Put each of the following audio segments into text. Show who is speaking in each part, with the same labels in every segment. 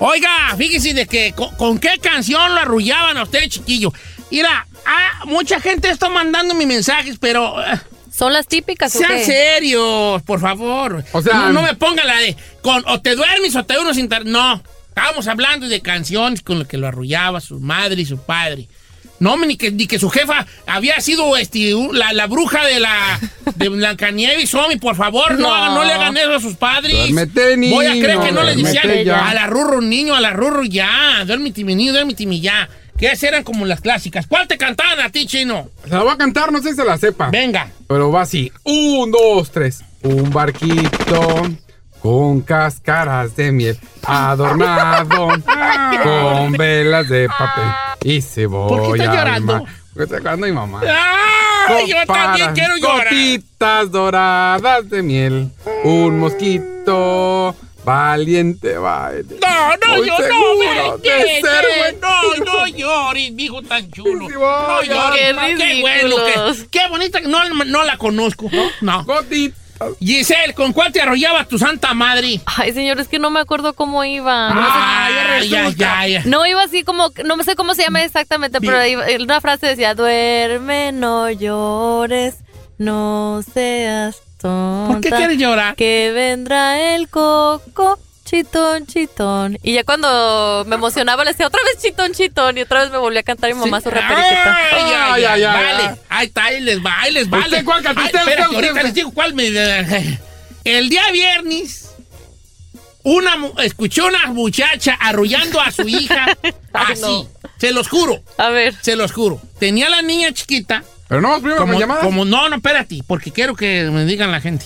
Speaker 1: Oiga, fíjese de que con, con qué canción lo arrullaban a usted, chiquillo. Mira, ah, mucha gente está mandando mis mensajes, pero ah,
Speaker 2: ¿Son las típicas o
Speaker 1: sean
Speaker 2: qué?
Speaker 1: serios, por favor.
Speaker 3: O sea, mm.
Speaker 1: no, no me pongan la de con o te duermes o te uno sin tar- No, estábamos hablando de canciones con las que lo arrullaba su madre y su padre. No, ni que, ni que su jefa había sido este, u- la, la bruja de la de Blancanieves, Somi, por favor, no.
Speaker 2: No.
Speaker 1: hagan- no le hagan eso a sus padres.
Speaker 3: Duérmete,
Speaker 1: Voy a creer
Speaker 3: niño,
Speaker 1: que no les
Speaker 3: duérmete
Speaker 1: decían
Speaker 3: ya.
Speaker 1: a la rurro, niño, a la rurro ya. Duérmete, mi niño, duérmete, mi ya. Que esas eran como las clásicas. ¿Cuál te cantaban a ti, chino?
Speaker 3: Se la voy a cantar, no sé si se la sepa.
Speaker 1: Venga.
Speaker 3: Pero va así. Un, dos, tres. Un barquito con cascaras de miel adornado con velas de papel y cebolla.
Speaker 1: Ah. ¿Por qué está
Speaker 3: al
Speaker 1: llorando?
Speaker 3: mar. Porque está llorando mi mamá.
Speaker 1: ¡Ay, yo también
Speaker 3: Comparas
Speaker 1: quiero llorar!
Speaker 3: Gotitas doradas de miel. Un mosquito valiente baile.
Speaker 1: No, no,
Speaker 3: Muy
Speaker 1: yo
Speaker 3: seguro
Speaker 1: no,
Speaker 3: de
Speaker 1: vete,
Speaker 3: ser
Speaker 1: vete,
Speaker 3: buen
Speaker 1: no,
Speaker 3: tipo.
Speaker 1: no llores, mijo tan chulo.
Speaker 3: Sí,
Speaker 1: No
Speaker 3: voy a-
Speaker 1: llores,
Speaker 2: Qué
Speaker 1: ma, qué bueno,
Speaker 2: ridículos.
Speaker 1: qué, qué bonita, no, no la conozco, no. no.
Speaker 3: Gotitas.
Speaker 1: Giselle, ¿con cuál te arrollaba tu santa madre?
Speaker 2: Ay, señor, es que no me acuerdo cómo iba. No,
Speaker 1: Ay, ya, ya, ya.
Speaker 2: no iba así como, no sé cómo se llama exactamente, pero iba- una frase decía, duerme, no llores, no seas tonta.
Speaker 1: ¿Por qué quieres llorar?
Speaker 2: Que vendrá el coco, chitón, chitón. Y ya cuando me emocionaba le decía otra vez chitón, chitón. Y otra vez me volví a cantar mi mamá su reperiqueta.
Speaker 1: Ay, ay,
Speaker 3: Ay,
Speaker 1: ay,
Speaker 3: ay, ay,
Speaker 1: vale.
Speaker 3: ay.
Speaker 1: Ahí está, ahí les va, ahí les vale.
Speaker 3: ¿Usted cuál cantó?
Speaker 1: Ay,
Speaker 3: Usted,
Speaker 1: espérate,
Speaker 3: usted,
Speaker 1: ahorita
Speaker 3: usted.
Speaker 1: les digo cuál me... El día viernes, una mu- escuché una muchacha arrullando a su hija
Speaker 2: Ay,
Speaker 1: así.
Speaker 2: no.
Speaker 1: Se los juro,
Speaker 2: A ver.
Speaker 1: se los juro. Tenía la niña chiquita,
Speaker 3: Pero no, primero
Speaker 1: como,
Speaker 3: con llamadas.
Speaker 1: como- no, no, espérate, porque quiero que me digan la gente.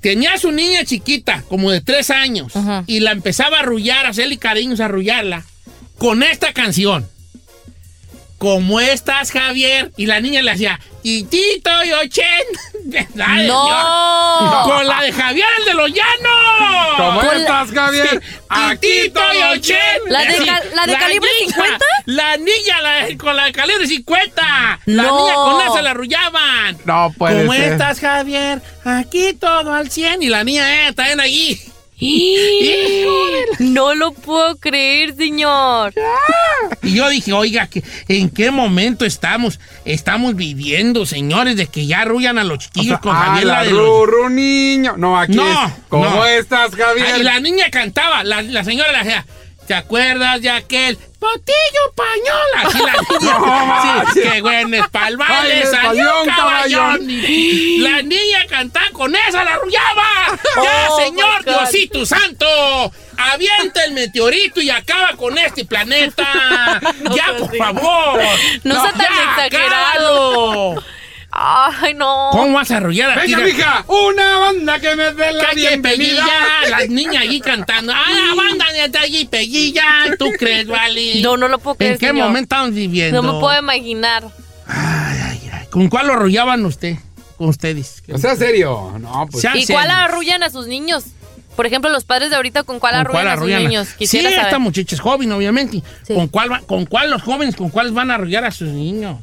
Speaker 1: Tenía a su niña chiquita, como de tres años,
Speaker 2: Ajá.
Speaker 1: y la empezaba a arrullar, a hacerle cariños, a arrullarla, con esta canción. ¿Cómo estás, Javier? Y la niña le hacía, titito y ochen. Ay, señor.
Speaker 2: ¡No!
Speaker 1: Con la de Javier, el de los llanos.
Speaker 3: ¿Cómo
Speaker 2: Con la-
Speaker 3: estás, Javier?
Speaker 1: Titito y
Speaker 3: estoy,
Speaker 1: Ochen.
Speaker 2: ¿La de
Speaker 1: Sí.
Speaker 2: cal- la de calibre
Speaker 1: niña,
Speaker 2: 50?
Speaker 1: La niña la de- con la de calibre 50. La
Speaker 2: No.
Speaker 1: niña con esa la arrullaban.
Speaker 3: No puede
Speaker 1: ¿Cómo
Speaker 3: ser.
Speaker 1: estás, Javier? Aquí todo al 100. Y la niña, eh, está bien allí.
Speaker 2: No lo puedo creer, señor.
Speaker 1: Y yo dije, oiga, ¿qué- ¿en qué momento estamos? Estamos viviendo, señores, de que ya arrullan a los
Speaker 3: O
Speaker 1: chiquillos
Speaker 3: sea,
Speaker 1: con
Speaker 3: ah,
Speaker 1: Javier la
Speaker 3: la
Speaker 1: de los...
Speaker 3: Ruru, niño. No, aquí
Speaker 1: No,
Speaker 3: es. ¿Cómo
Speaker 1: no.
Speaker 3: estás, Javier?
Speaker 1: Ah, y la niña cantaba, la, la señora la hacía, ¿te acuerdas de aquel potillo pañola? Así la niña, sí,
Speaker 3: manches.
Speaker 1: que bueno, es pa'l baile,
Speaker 3: Baile,
Speaker 1: salió
Speaker 3: pa'l
Speaker 1: caballón.
Speaker 3: caballón.
Speaker 1: Y La niña cantaba con esa, la arrullaba. ya,
Speaker 2: Oh,
Speaker 1: señor
Speaker 2: my God.
Speaker 1: Diosito Santo, avienta el meteorito y acaba con este planeta. ya,
Speaker 2: pues,
Speaker 1: por
Speaker 2: sí.
Speaker 1: favor.
Speaker 2: No sea tan
Speaker 1: ya,
Speaker 2: exagerado.
Speaker 1: acábalo.
Speaker 2: Ay, no.
Speaker 1: ¿Cómo vas a arrullar a ti?
Speaker 3: Venga, mija, una banda que me dé la
Speaker 1: Calle
Speaker 3: bienvenida.
Speaker 1: Peguilla, las niñas allí cantando. ¡Ah, la banda de Calle Peguilla! ¿Tú crees, Vale?
Speaker 2: No, no lo puedo creer,
Speaker 1: ¿En qué
Speaker 2: señor.
Speaker 1: momento estamos viviendo?
Speaker 2: No me puedo imaginar.
Speaker 1: Ay, ay, ¿Con cuál lo arrullaban usted? Con ustedes.
Speaker 3: O sea, serio. No, pues.
Speaker 1: Sea
Speaker 2: ¿Y
Speaker 1: serio.
Speaker 2: cuál arrullan a sus niños? Por ejemplo, los padres de ahorita, ¿con cuál
Speaker 1: ¿Con
Speaker 2: arrullan
Speaker 1: cuál
Speaker 2: a sus
Speaker 1: arrullan?
Speaker 2: niños? Quisiera
Speaker 1: sí, esta
Speaker 2: saber.
Speaker 1: muchacha es joven, obviamente.
Speaker 2: Sí.
Speaker 1: ¿Con, cuál va- ¿Con cuál los jóvenes, con cuáles van a arrullar a sus niños?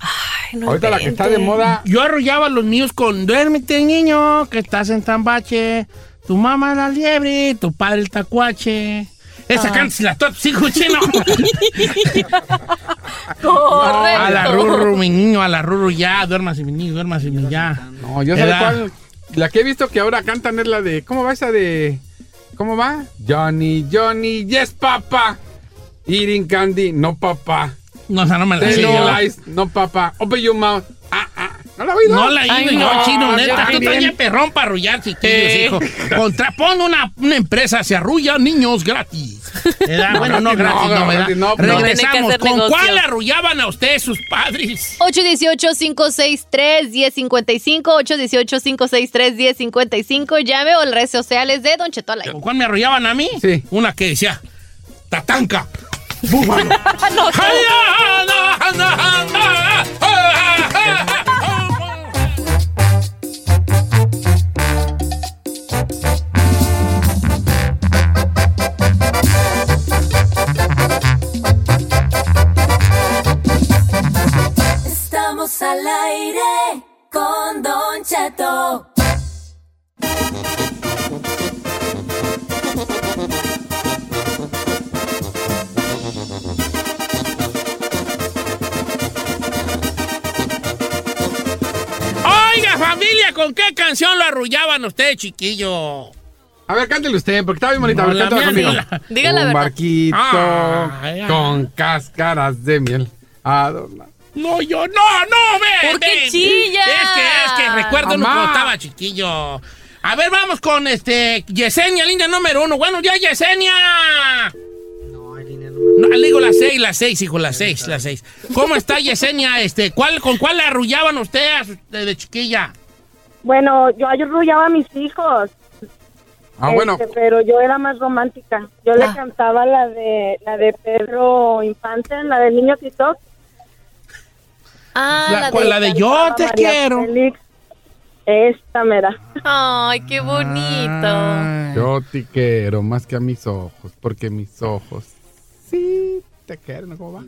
Speaker 2: Ay, no
Speaker 3: Ahorita la que está de
Speaker 2: inventen.
Speaker 3: moda.
Speaker 1: Yo arrullaba a los míos con duérmete, niño, que estás en tambache. Tu mamá la liebre, tu padre el tacuache. Esa
Speaker 2: Ah.
Speaker 1: canta si la top, sí, chino.
Speaker 2: Correcto.
Speaker 1: A la rurru, mi niño, a la rurru ya, duérmase, mi niño, duérmase, mi ya.
Speaker 3: No, yo sé
Speaker 1: Era-
Speaker 3: cuál. La que he visto que ahora cantan es la de. ¿Cómo va esa de.? ¿Cómo va? Johnny, Johnny, yes, papá. Eating candy, no, papá.
Speaker 1: No, o sea, no me la
Speaker 3: Say
Speaker 1: sé
Speaker 3: no
Speaker 1: yo.
Speaker 3: lies, no, papá. Open your mouth. Ah, ah. ¿No la oído? Ah,
Speaker 1: No la
Speaker 4: Ay,
Speaker 1: ido yo,
Speaker 4: no,
Speaker 1: chino,
Speaker 4: yo
Speaker 1: neta. Tú
Speaker 4: también.
Speaker 1: también perrón para arrullar, chiquillos,
Speaker 4: Eh.
Speaker 1: hijo. Contrapón una, una empresa, se arrulla niños gratis. ¿Verdad? Bueno, no
Speaker 3: gratis no,
Speaker 1: gratis, no, ¿verdad?
Speaker 3: gratis no, pues
Speaker 4: Tiene
Speaker 3: no.
Speaker 4: que
Speaker 1: Regresamos.
Speaker 4: hacer
Speaker 1: ¿Con
Speaker 4: negocio.
Speaker 1: cuál arrullaban a ustedes sus padres?
Speaker 4: 818-563-1055, 818-563-1055, llame o las redes sociales de Don Cheto al aire.
Speaker 1: ¿Con cuál me arrullaban a mí?
Speaker 3: Sí.
Speaker 1: Una que decía, tatanca, búfalo.
Speaker 4: No,
Speaker 5: Estamos al aire con Don Cheto.
Speaker 1: Oiga, familia, ¿con qué canción lo arrullaban ustedes, chiquillo?
Speaker 3: A ver, cántele usted, porque está bien bonita. A
Speaker 1: No,
Speaker 3: ver,
Speaker 1: la
Speaker 3: cántela
Speaker 1: mía
Speaker 3: conmigo.
Speaker 1: ni la-
Speaker 4: Diga la
Speaker 3: Un
Speaker 4: verdad.
Speaker 3: barquito
Speaker 1: Ay, ay.
Speaker 3: con cáscaras de miel. Ah, Adornado.
Speaker 1: No, yo, no, no, ve.
Speaker 4: ¿Por qué
Speaker 1: ve.
Speaker 4: chilla?
Speaker 1: Es que, es que recuerdo uno
Speaker 3: Mamá.
Speaker 1: cuando estaba chiquillo. A ver, vamos con este Yesenia, línea número uno. Bueno, ya Yesenia. No, le digo las seis, las seis, hijo, las seis, las seis. ¿Cómo está Yesenia? Este, ¿cuál, ¿Con cuál la arrullaban ustedes de, de chiquilla?
Speaker 6: Bueno, yo arrullaba a mis hijos,
Speaker 3: Ah,
Speaker 6: este,
Speaker 3: bueno.
Speaker 6: pero yo era más romántica. Yo le
Speaker 4: Ah.
Speaker 6: cantaba la de la de Pedro Infante, la del niño TikTok.
Speaker 4: Ah, la,
Speaker 1: La- ¿cuál,
Speaker 4: de...
Speaker 1: la de yo te quiero?
Speaker 6: Félix. Esta mera.
Speaker 4: Ay, qué bonito.
Speaker 1: Ah.
Speaker 3: Yo te quiero más que a mis ojos, porque mis ojos sí te quieren. ¿Cómo va?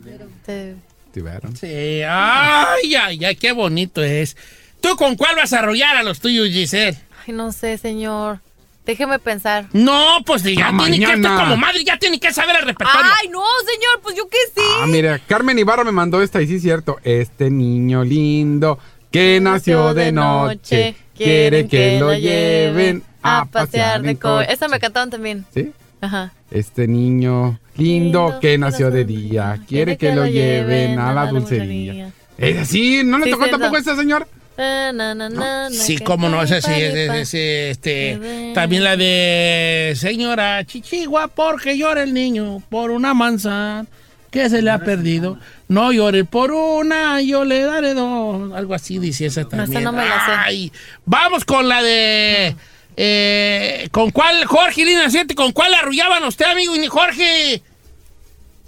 Speaker 4: Te-
Speaker 3: Te vieron.
Speaker 1: Sí, ay, ay, ay, qué bonito es. ¿Tú con cuál vas a arrullar a los tuyos, Giselle?
Speaker 4: Ay, no sé, señor. Déjeme pensar.
Speaker 1: No, pues ya
Speaker 3: No,
Speaker 1: tiene que,
Speaker 3: mañana.
Speaker 1: tú como madre, ya tiene que saber el repertorio.
Speaker 4: Ay, no, señor, pues yo qué
Speaker 3: Ah,
Speaker 4: sí.
Speaker 3: mira, Carmen Ibarra me mandó esta y sí es cierto. Este niño lindo que nació de noche quiere que lo lleven a pasear de coche.
Speaker 4: Esa me cantaban también.
Speaker 3: ¿Sí?
Speaker 4: Ajá.
Speaker 3: Este niño lindo
Speaker 4: Lindo,
Speaker 3: que nació de
Speaker 4: corazón,
Speaker 3: día
Speaker 4: ajá.
Speaker 3: quiere que lo lleven a la dulcería. Es así, ¿no le
Speaker 4: Sí,
Speaker 3: tocó
Speaker 4: cierto.
Speaker 3: tampoco a esta señor?
Speaker 4: Na, na, na, na,
Speaker 1: Sí,
Speaker 4: que
Speaker 1: cómo no,
Speaker 4: pa,
Speaker 1: esa sí,
Speaker 4: pa,
Speaker 1: es,
Speaker 4: pa.
Speaker 1: es- es- este,
Speaker 4: Qué
Speaker 1: también la de señora Chichigua, porque llora el niño por una manzana que se le ha perdido. No llore por una, yo le daré dos. Algo así dice esa
Speaker 4: esa
Speaker 1: también.
Speaker 4: no me la sé.
Speaker 1: Ay, vamos con la de... eh, ¿Con cuál, Jorge Lina 7, con cuál arrullaban a usted, amigo y Jorge?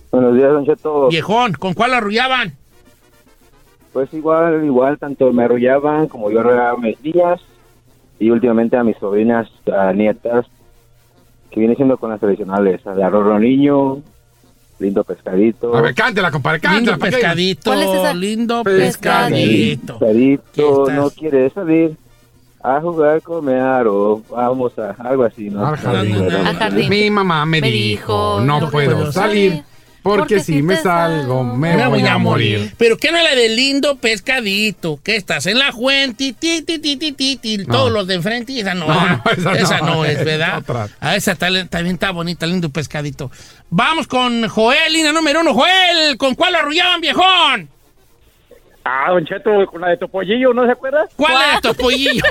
Speaker 2: Buenos días, Don Cheto.
Speaker 1: Viejón, ¿con cuál arrullaban?
Speaker 2: Pues igual, igual, tanto me arrullaban como yo arrullaba a mis niñas y últimamente a mis sobrinas, a nietas, que viene siendo con las tradicionales, a de arroz niño, lindo pescadito,
Speaker 3: A ver, cántela, compadre, cántela.
Speaker 1: Lindo
Speaker 3: ¿para qué?
Speaker 1: pescadito,
Speaker 4: ¿Cuál es esa?
Speaker 1: lindo
Speaker 4: Pescadito.
Speaker 1: pescadito.
Speaker 2: pescadito,
Speaker 1: Aquí
Speaker 2: no
Speaker 1: estás.
Speaker 2: quiere salir a jugar con Mearo, vamos a algo así, ¿no?
Speaker 3: Al jardín.
Speaker 2: Algo así.
Speaker 4: Al jardín.
Speaker 3: Mi mamá me,
Speaker 4: Me
Speaker 3: dijo,
Speaker 4: dijo,
Speaker 3: no,
Speaker 4: no
Speaker 3: puedo,
Speaker 1: puedo
Speaker 3: salir,
Speaker 4: salir,
Speaker 3: porque,
Speaker 4: porque
Speaker 3: si
Speaker 4: si
Speaker 3: me
Speaker 4: te
Speaker 3: salgo
Speaker 4: salgo,
Speaker 3: me voy, a morir.
Speaker 1: Pero ¿qué no es la de lindo pescadito? Que estás en la juventud, ti, ti, ti, ti, ti, ti, ti,
Speaker 3: No.
Speaker 1: todos los de enfrente y esa no,
Speaker 3: No,
Speaker 1: ah,
Speaker 3: no, esa no,
Speaker 1: no es,
Speaker 3: es
Speaker 1: ¿verdad?
Speaker 3: otra.
Speaker 1: Ah, esa tal- también está bonita, lindo pescadito. Vamos con Joel, línea número uno. Joel, ¿con cuál lo arrullaban, viejón?
Speaker 7: Ah, Don Cheto, con la de Topollillo, ¿no se acuerda?
Speaker 1: ¿Cuál era tu pollillo?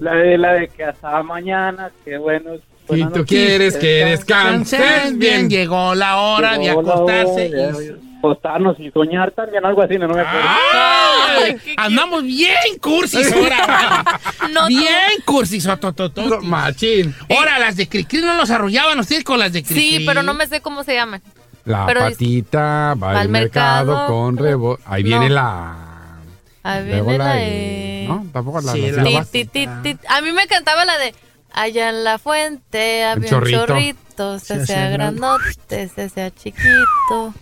Speaker 7: La de, la de que hasta mañana, qué bueno.
Speaker 3: Si
Speaker 7: buena
Speaker 3: tú
Speaker 7: noche.
Speaker 3: quieres que
Speaker 1: Cansés,
Speaker 3: descanses bien.
Speaker 1: bien, llegó la hora de
Speaker 7: Llegó la
Speaker 1: acostarse.
Speaker 7: hora
Speaker 1: y-
Speaker 7: de Acostarnos y soñar también, algo así, no, no me acuerdo.
Speaker 3: Ah,
Speaker 1: ¡Ay!
Speaker 4: Ay, qué-
Speaker 1: Andamos bien cursis ahora.
Speaker 4: No, tú-
Speaker 1: bien cursis. ototototi.
Speaker 3: Machín.
Speaker 1: Ahora, las de Cricri no nos arrullaban ustedes con las de Cricri.
Speaker 4: Sí, pero no me sé cómo se llaman.
Speaker 3: La
Speaker 4: Pero es-
Speaker 3: patita va
Speaker 4: al
Speaker 3: al mercado,
Speaker 4: mercado.
Speaker 3: con rebo. Ahí
Speaker 4: No.
Speaker 3: viene la.
Speaker 4: Ahí
Speaker 3: luego
Speaker 4: viene la
Speaker 3: E,
Speaker 4: E.
Speaker 3: No, tampoco la.
Speaker 1: Sí,
Speaker 3: la
Speaker 1: la-
Speaker 3: sílaba.
Speaker 4: Ti, ti, ti, ti. A mí me encantaba la de allá en la fuente había un
Speaker 3: chorrito.
Speaker 4: chorrito, se hacía grandote, se hacía chiquito,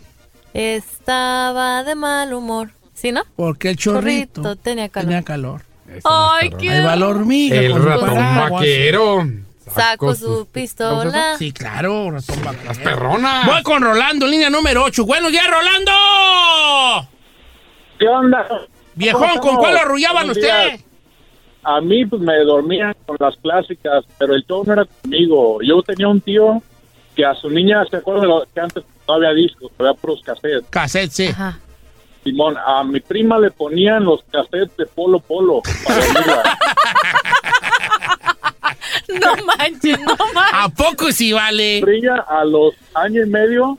Speaker 4: estaba de mal humor. ¿Sí, no?
Speaker 1: Porque el chorrito,
Speaker 4: Chorrito, tenía calor.
Speaker 1: tenía calor.
Speaker 3: Esa Este es
Speaker 4: Ay,
Speaker 3: la-
Speaker 4: qué-
Speaker 1: Ahí va la hormiga.
Speaker 3: El
Speaker 1: con su
Speaker 3: ratón
Speaker 1: paraguas.
Speaker 3: vaquero.
Speaker 4: Sacó
Speaker 3: sus-
Speaker 4: su pistola.
Speaker 1: Sí, claro, ratón vaquero.
Speaker 3: Las perronas.
Speaker 1: Voy con Rolando, línea número 8. Buenos días, Rolando. Ah.
Speaker 7: ¿Qué onda?
Speaker 1: Viejón, ¿con
Speaker 7: estamos?
Speaker 1: cuál lo arrullaban
Speaker 7: Buenos
Speaker 1: ustedes?
Speaker 7: días. A mí pues, me dormía con las clásicas, pero el todo no era conmigo. Yo tenía un tío que a su niña, ¿se acuerdan de lo que antes no había discos, había puros cassettes?
Speaker 1: Cassette, sí.
Speaker 4: Ajá.
Speaker 8: Simón, a mi prima le ponían los cassettes de Polo Polo para oírla.
Speaker 2: No manches, no manches.
Speaker 1: ¿A poco sí vale?
Speaker 8: Prima, a los años y medio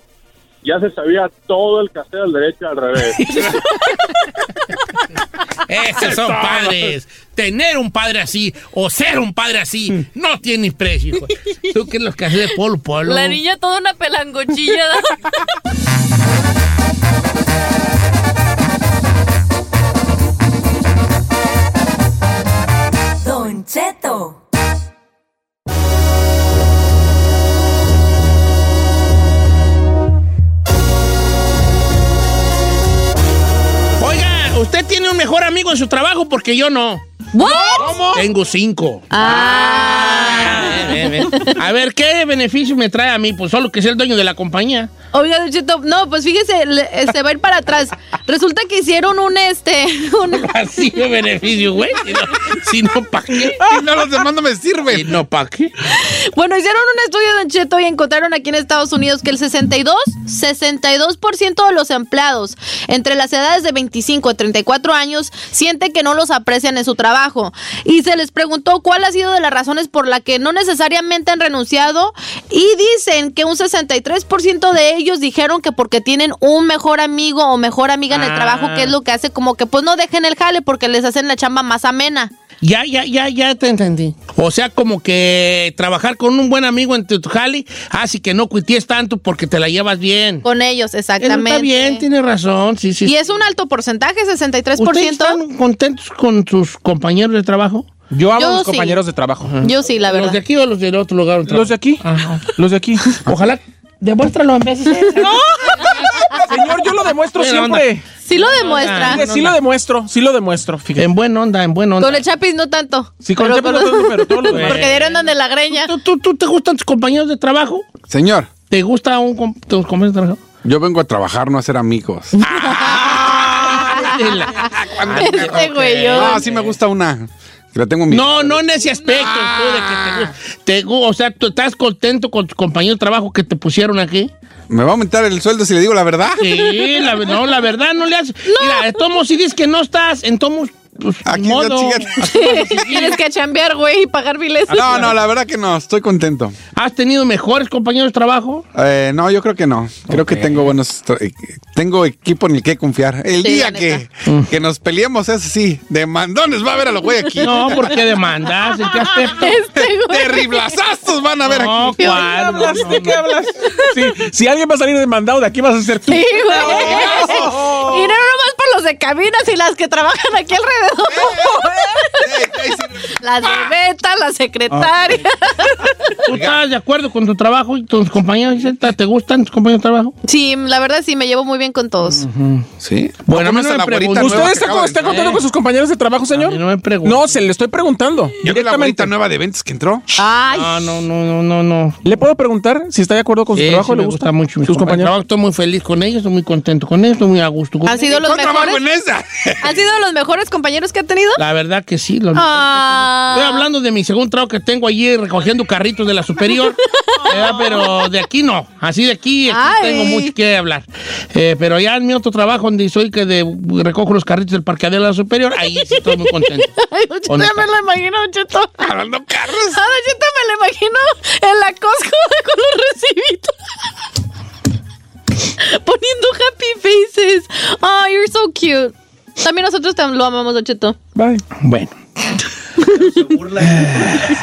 Speaker 8: ya se sabía todo el cassette al derecho y al revés.
Speaker 1: Esos son padres. Tener un padre así o ser un padre
Speaker 7: Mm.
Speaker 1: así no tiene precio. hijo. Tú que los que haces de polo polo.
Speaker 2: La niña toda una pelangochilla.
Speaker 5: Don Cheto.
Speaker 1: Oiga, usted tiene un mejor amigo en su trabajo porque yo no. ¿Cómo? Tengo cinco. Ah, ven, ven, ven. A ver, ¿qué beneficio me trae a mí? Pues solo que sea el dueño de la compañía.
Speaker 4: Oiga, Don Cheto, no, pues fíjese, le- eh, se va a ir para atrás. Resulta que hicieron un este, un-
Speaker 1: Así de beneficio, güey. Si no, si no ¿para qué?
Speaker 3: no, los demás no me
Speaker 1: Si
Speaker 3: sirven.
Speaker 1: no, ¿para qué?
Speaker 4: bueno, hicieron un estudio, Don Cheto, y encontraron aquí en Estados Unidos que el 62, 62% de los empleados entre las edades de 25 a 34 años siente que no los aprecian en su trabajo. Y se les preguntó cuál ha sido de las razones por la que no necesariamente han renunciado y dicen que un 63% de ellos dijeron que porque tienen un mejor amigo o mejor amiga en el
Speaker 1: Ah.
Speaker 4: trabajo, que es lo que hace como que pues no dejen el jale porque les hacen la chamba más amena.
Speaker 1: Ya, ya, ya, ya te entendí. O sea, como que trabajar con un buen amigo en tu jali así que no cuites tanto porque te la llevas bien.
Speaker 4: Con ellos,
Speaker 1: Eso
Speaker 4: exactamente.
Speaker 1: está bien, tiene razón, sí, sí.
Speaker 4: Y es un alto porcentaje, 63%.
Speaker 1: ¿Ustedes están contentos con sus compañeros de trabajo?
Speaker 7: Yo amo
Speaker 4: Yo
Speaker 7: a mis
Speaker 4: sí.
Speaker 7: compañeros de trabajo.
Speaker 4: Yo sí, la
Speaker 1: ¿Los de
Speaker 4: verdad.
Speaker 1: aquí o los del otro lugar? donde
Speaker 7: Los de aquí.
Speaker 1: Ajá.
Speaker 7: Los de aquí.
Speaker 1: trabajas? Ojalá, demuéstralo en veces. ¡No!
Speaker 7: Señor, yo lo demuestro
Speaker 1: Buena
Speaker 7: siempre.
Speaker 4: Sí lo demuestra.
Speaker 1: onda.
Speaker 7: Sí lo demuestro, sí lo demuestro. Fíjate.
Speaker 1: En buena onda, en buena onda.
Speaker 4: Con el Chapis no tanto.
Speaker 7: Sí, con el
Speaker 4: Pero
Speaker 7: Chepe lo demuestro, pero todos los demás.
Speaker 4: Porque dieron donde la greña.
Speaker 1: ¿Tú, tú, tú te gustan tus compañeros de trabajo?
Speaker 3: Señor,
Speaker 1: ¿Te gusta un com- tus compañeros de trabajo?
Speaker 3: yo vengo a trabajar, no a ser amigos.
Speaker 4: Este güey, yo.
Speaker 3: Ah, sí me gusta una. Que la tengo en mi...
Speaker 1: No, no en ese aspecto. tú, de que te gu- te gu- o sea, ¿tú estás contento con tus compañeros de trabajo que te pusieron aquí?
Speaker 3: ¿Me va a aumentar el sueldo si le digo la verdad?
Speaker 1: Sí, la, ve- no, la verdad no le haces. Mira, eh, Tomo, si dices que no estás, en Tomo, pues,
Speaker 3: Aquí
Speaker 1: ni
Speaker 3: no,
Speaker 1: modo.
Speaker 3: chica.
Speaker 1: Así vas a seguir.
Speaker 4: Tienes que chambear, güey, y pagar biles.
Speaker 3: No, no, la verdad que no. Estoy contento.
Speaker 1: ¿Has tenido mejores compañeros de trabajo?
Speaker 3: Eh, no, yo creo que no. Creo que tengo buenos. tra- eh, Tengo equipo en el que confiar. El
Speaker 4: Sí,
Speaker 3: día
Speaker 4: la
Speaker 3: que, que nos peleemos, es sí, de mandones va a haber a los güey aquí.
Speaker 1: No, ¿por qué demandas? ¿En qué aspecto?
Speaker 4: Este güey.
Speaker 3: Terriblazos van a ver
Speaker 1: No,
Speaker 3: aquí.
Speaker 7: ¿De qué
Speaker 1: ¿cuál?
Speaker 7: hablas?
Speaker 1: No, no,
Speaker 7: ¿De qué hablas? Sí, si alguien va a salir demandado, de aquí vas a ser tú.
Speaker 4: Sí, güey. Y no nomás por los de cabinas y las que trabajan aquí alrededor.
Speaker 3: Eh, ahí sí-
Speaker 4: Las bebetas, las secretarias.
Speaker 1: ¿Tú estás de acuerdo con tu trabajo y tus compañeros? Iseta? ¿Te gustan tus compañeros de trabajo?
Speaker 4: Sí, la verdad sí, me llevo muy bien con todos.
Speaker 3: Sí.
Speaker 1: Bueno, a mí
Speaker 3: ¿Cómo
Speaker 1: no
Speaker 3: es
Speaker 1: me
Speaker 3: la güerita
Speaker 1: preguntan.
Speaker 3: nueva
Speaker 7: ¿Usted
Speaker 3: que
Speaker 7: está,
Speaker 3: acaba de
Speaker 7: está
Speaker 3: entrar?
Speaker 7: contento con sus compañeros de trabajo, señor?
Speaker 1: A mí no me pregunto.
Speaker 7: No, se le estoy preguntando.
Speaker 3: Yo vi la güerita
Speaker 7: Directamente.
Speaker 3: nueva de ventas que entró.
Speaker 4: Ay,
Speaker 1: No, no, no, no, no, no.
Speaker 7: ¿Le puedo preguntar si está de acuerdo con su
Speaker 1: Sí,
Speaker 7: trabajo?
Speaker 1: sí
Speaker 7: ¿Le
Speaker 1: me gusta mucho mis
Speaker 7: sus
Speaker 1: compañeros. de
Speaker 7: compañeros?
Speaker 1: trabajo. Estoy muy feliz con ellos, estoy muy contento con ellos, estoy muy a gusto con
Speaker 4: han sido los
Speaker 3: ¿Cuál trabajo en
Speaker 4: mejores.
Speaker 3: esa?
Speaker 4: ¿Han sido los mejores compañeros que ha tenido?
Speaker 1: La verdad que sí. Los... Estoy
Speaker 4: Ah,
Speaker 1: hablando de mi segundo trabajo que tengo allí recogiendo carritos de la superior, ¿verdad? pero de aquí no, así de aquí, aquí
Speaker 4: Ay.
Speaker 1: tengo mucho que hablar. Eh, pero ya en mi otro trabajo donde soy que de, recojo los carritos del parqueadero de la superior, ahí sí estoy muy contento.
Speaker 4: Ay, Don Cheto, ya me lo imagino, Don Cheto. Ah,
Speaker 3: Hablando carros.
Speaker 4: Don Cheto, me lo imagino en la Costco con los recibitos. Poniendo happy faces. Oh, you're so cute. También nosotros tam- lo amamos, Don Cheto.
Speaker 7: Bye.
Speaker 1: Bueno. Eh,